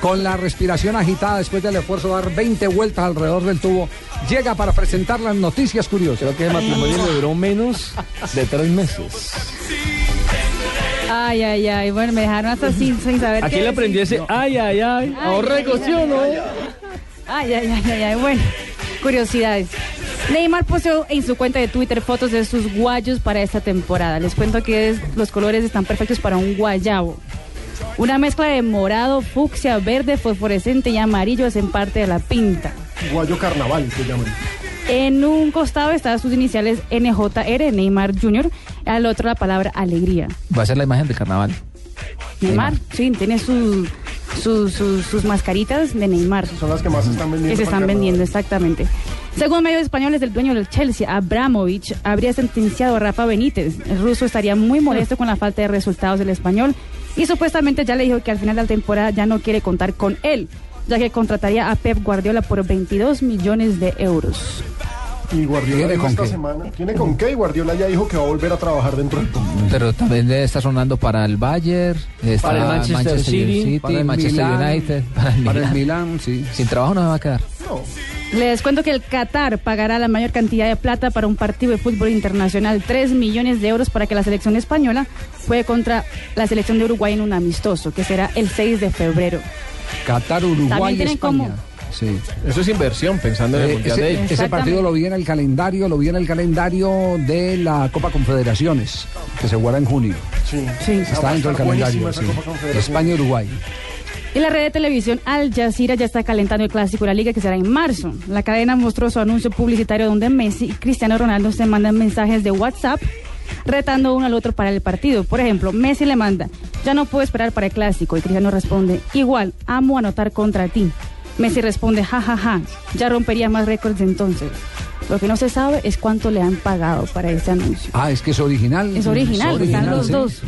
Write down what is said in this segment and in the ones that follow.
Con la respiración agitada después del esfuerzo de dar 20 vueltas alrededor del tubo, llega para presentar las noticias curiosas. Creo que el matrimonio le duró menos de tres meses. Ay, ay, ay. Bueno, me dejaron hasta sin, sin saber Aquí qué le decir. aprendió ese ay, ay, ay. Ahorra y cocción, ¿no? Ay, ay, ay, ay, ay. Bueno, curiosidades. Neymar poseó en su cuenta de Twitter fotos de sus guayos para esta temporada. Les cuento que es- los colores están perfectos para un guayabo. Una mezcla de morado, fucsia, verde, fosforescente y amarillo hacen parte de la pinta. Guayo Carnaval se llaman. En un costado están sus iniciales NJR, Neymar Jr., al otro la palabra alegría. Va a ser la imagen del carnaval. Neymar, sí, tiene sus, sus, sus, sus mascaritas de Neymar. Son las que más se están vendiendo. que se para están el vendiendo, carnaval. exactamente. Según medios españoles, el dueño del Chelsea, Abramovich, habría sentenciado a Rafa Benítez. El ruso estaría muy molesto con la falta de resultados del español y supuestamente ya le dijo que al final de la temporada ya no quiere contar con él, ya que contrataría a Pep Guardiola por 22 millones de euros. Y Guardiola ¿Tiene dijo con esta qué? semana. Tiene con qué y Guardiola ya dijo que va a volver a trabajar dentro del poco. Pero también le está sonando para el Bayern, está Para el Manchester City, para el Manchester Milán, United, para el Para el Milan. Milán, sí. Sin trabajo no se va a quedar. No. Les cuento que el Qatar pagará la mayor cantidad de plata para un partido de fútbol internacional, 3 millones de euros para que la selección española juegue contra la selección de Uruguay en un amistoso, que será el 6 de febrero. Qatar, Uruguay, También tienen España. como- Sí. Eso es inversión, pensando en el Eh, mundial de ese, ellos. ese partido lo vi en el calendario, lo vi en el calendario de la Copa Confederaciones, que se jugará en junio. Sí. Sí. Está Va a dentro del estar buenísima calendario. esa sí. Copa Confederación. España-Uruguay. Y la red de televisión Al Jazeera ya está calentando el clásico de la liga que será en marzo. La cadena mostró su anuncio publicitario donde Messi y Cristiano Ronaldo se mandan mensajes de WhatsApp retando uno al otro para el partido. Por ejemplo, Messi le manda, ya no puedo esperar para el clásico. Y Cristiano responde, igual, amo anotar contra ti. Messi responde, jajaja, ja, ja, ya rompería más récords entonces. Lo que no se sabe es cuánto le han pagado para este anuncio. Ah, es que es original. Es original, están los sí. dos.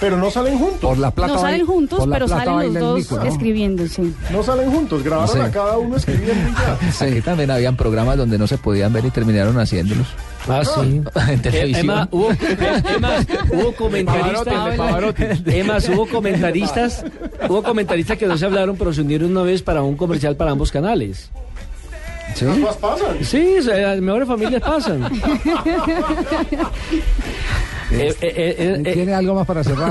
Pero no salen juntos. Por la plata No salen bail- juntos, por la pero plata salen los baila el dos mico, ¿no? escribiéndose. No salen juntos. Grabaron Sí. a cada uno escribiendo y ya. Aquí también habían programas donde no se podían ver y terminaron haciéndolos. Ah, sí. en Eh, televisión. Emma, hubo, eh, Emma, hubo comentaristas. Emma, hubo comentaristas. Hubo comentaristas que no se hablaron, pero se unieron una vez para un comercial para ambos canales. Sí. Las cosas Pues pasan. Sí, o sea, las mejores familias pasan. Eh, eh, eh, eh, eh, ¿Tiene algo más para cerrar?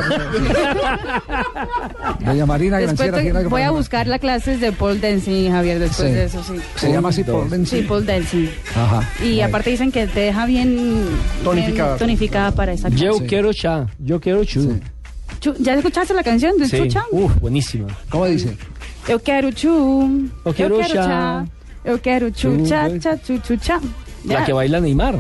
Doña Marina Les Granciera cuento tiene que algo voy a para- buscar la clases de pole dancing, Javier, después Sí. de eso, sí. Se llama así por Sí, pole dancing. Ajá. Y Bueno. aparte dicen que te deja bien Tonificada. bien tonificada para esa yo Sí. quiero cha, yo quiero chu. Chu- ¿Ya escuchaste la canción de Sí. Uh. Chucha? Uf, buenísima. ¿Cómo dice? Yo quiero chu. Yo quiero cha. Yo quiero chu, Chu, cha, güey. cha, chu, chu, cha. La Ya, que baila Neymar.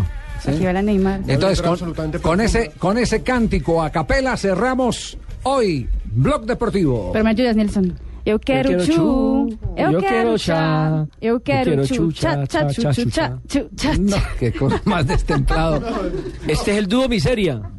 Aquí va la Neymar. Entonces, letra con, absolutamente con profunda. ese, con ese cántico a capela cerramos hoy Blog Deportivo. Pero me ayudas, Nelson. Yo quiero quiero chu. chu. Yo Yo quiero quiero cha. cha. Yo Yo quiero quiero chu, chu, cha, cha, chu, chu, cha, chu, cha. No, qué cosa más destemplado. Este es Este el dúo miseria.